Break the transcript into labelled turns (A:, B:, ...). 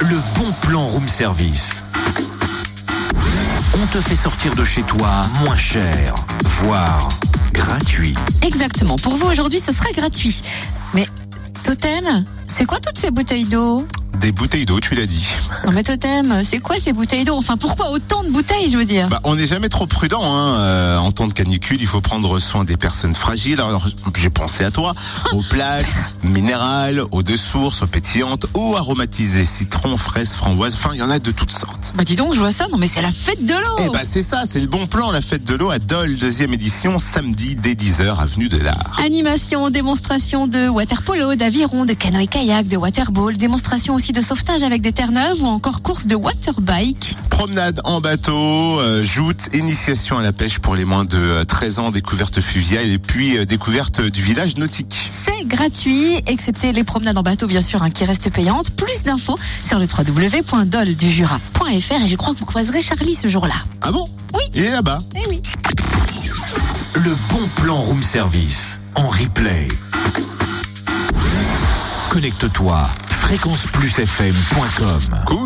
A: Le bon plan room service. On te fait sortir de chez toi moins cher, voire gratuit.
B: Exactement. Pour vous aujourd'hui, ce sera gratuit. Mais Totem, c'est quoi toutes ces bouteilles d'eau
C: Des bouteilles d'eau, tu l'as dit.
B: Non mais Totem, c'est quoi ces bouteilles d'eau Enfin, pourquoi autant de bouteilles, je veux dire
C: Bah, on n'est jamais trop prudent. Hein. Euh, en temps de canicule, il faut prendre soin des personnes fragiles. Alors, j'ai pensé à toi. Aux plates, minérales, aux deux sources, aux pétillantes, eau aromatisées, citron, fraise, framboise. Enfin, il y en a de toutes sortes.
B: Bah dis donc, je vois ça. Non mais c'est la fête de
C: Eh
B: l'eau.
C: bah, c'est ça, c'est le bon plan. La fête de l'eau à Dole, deuxième édition, samedi dès 10h, avenue de l'Art.
B: Animation, démonstration de waterpolo, d'aviron, de canoë-kayak, de waterball, démonstration aussi de sauvetage avec des terres neuves ou encore course de waterbike.
C: Promenade en bateau, euh, joute, initiation à la pêche pour les moins de euh, 13 ans, découverte fluviale et puis euh, découverte du village nautique.
B: C'est gratuit, excepté les promenades en bateau bien sûr, hein, qui restent payantes. Plus d'infos sur le www.doldujura.fr et je crois que vous croiserez Charlie ce jour-là.
C: Ah bon
B: Oui.
C: Il est là-bas.
B: Eh oui.
A: Le bon plan room service en replay. Connecte-toi fréquenceplusfm.com.
C: Cool.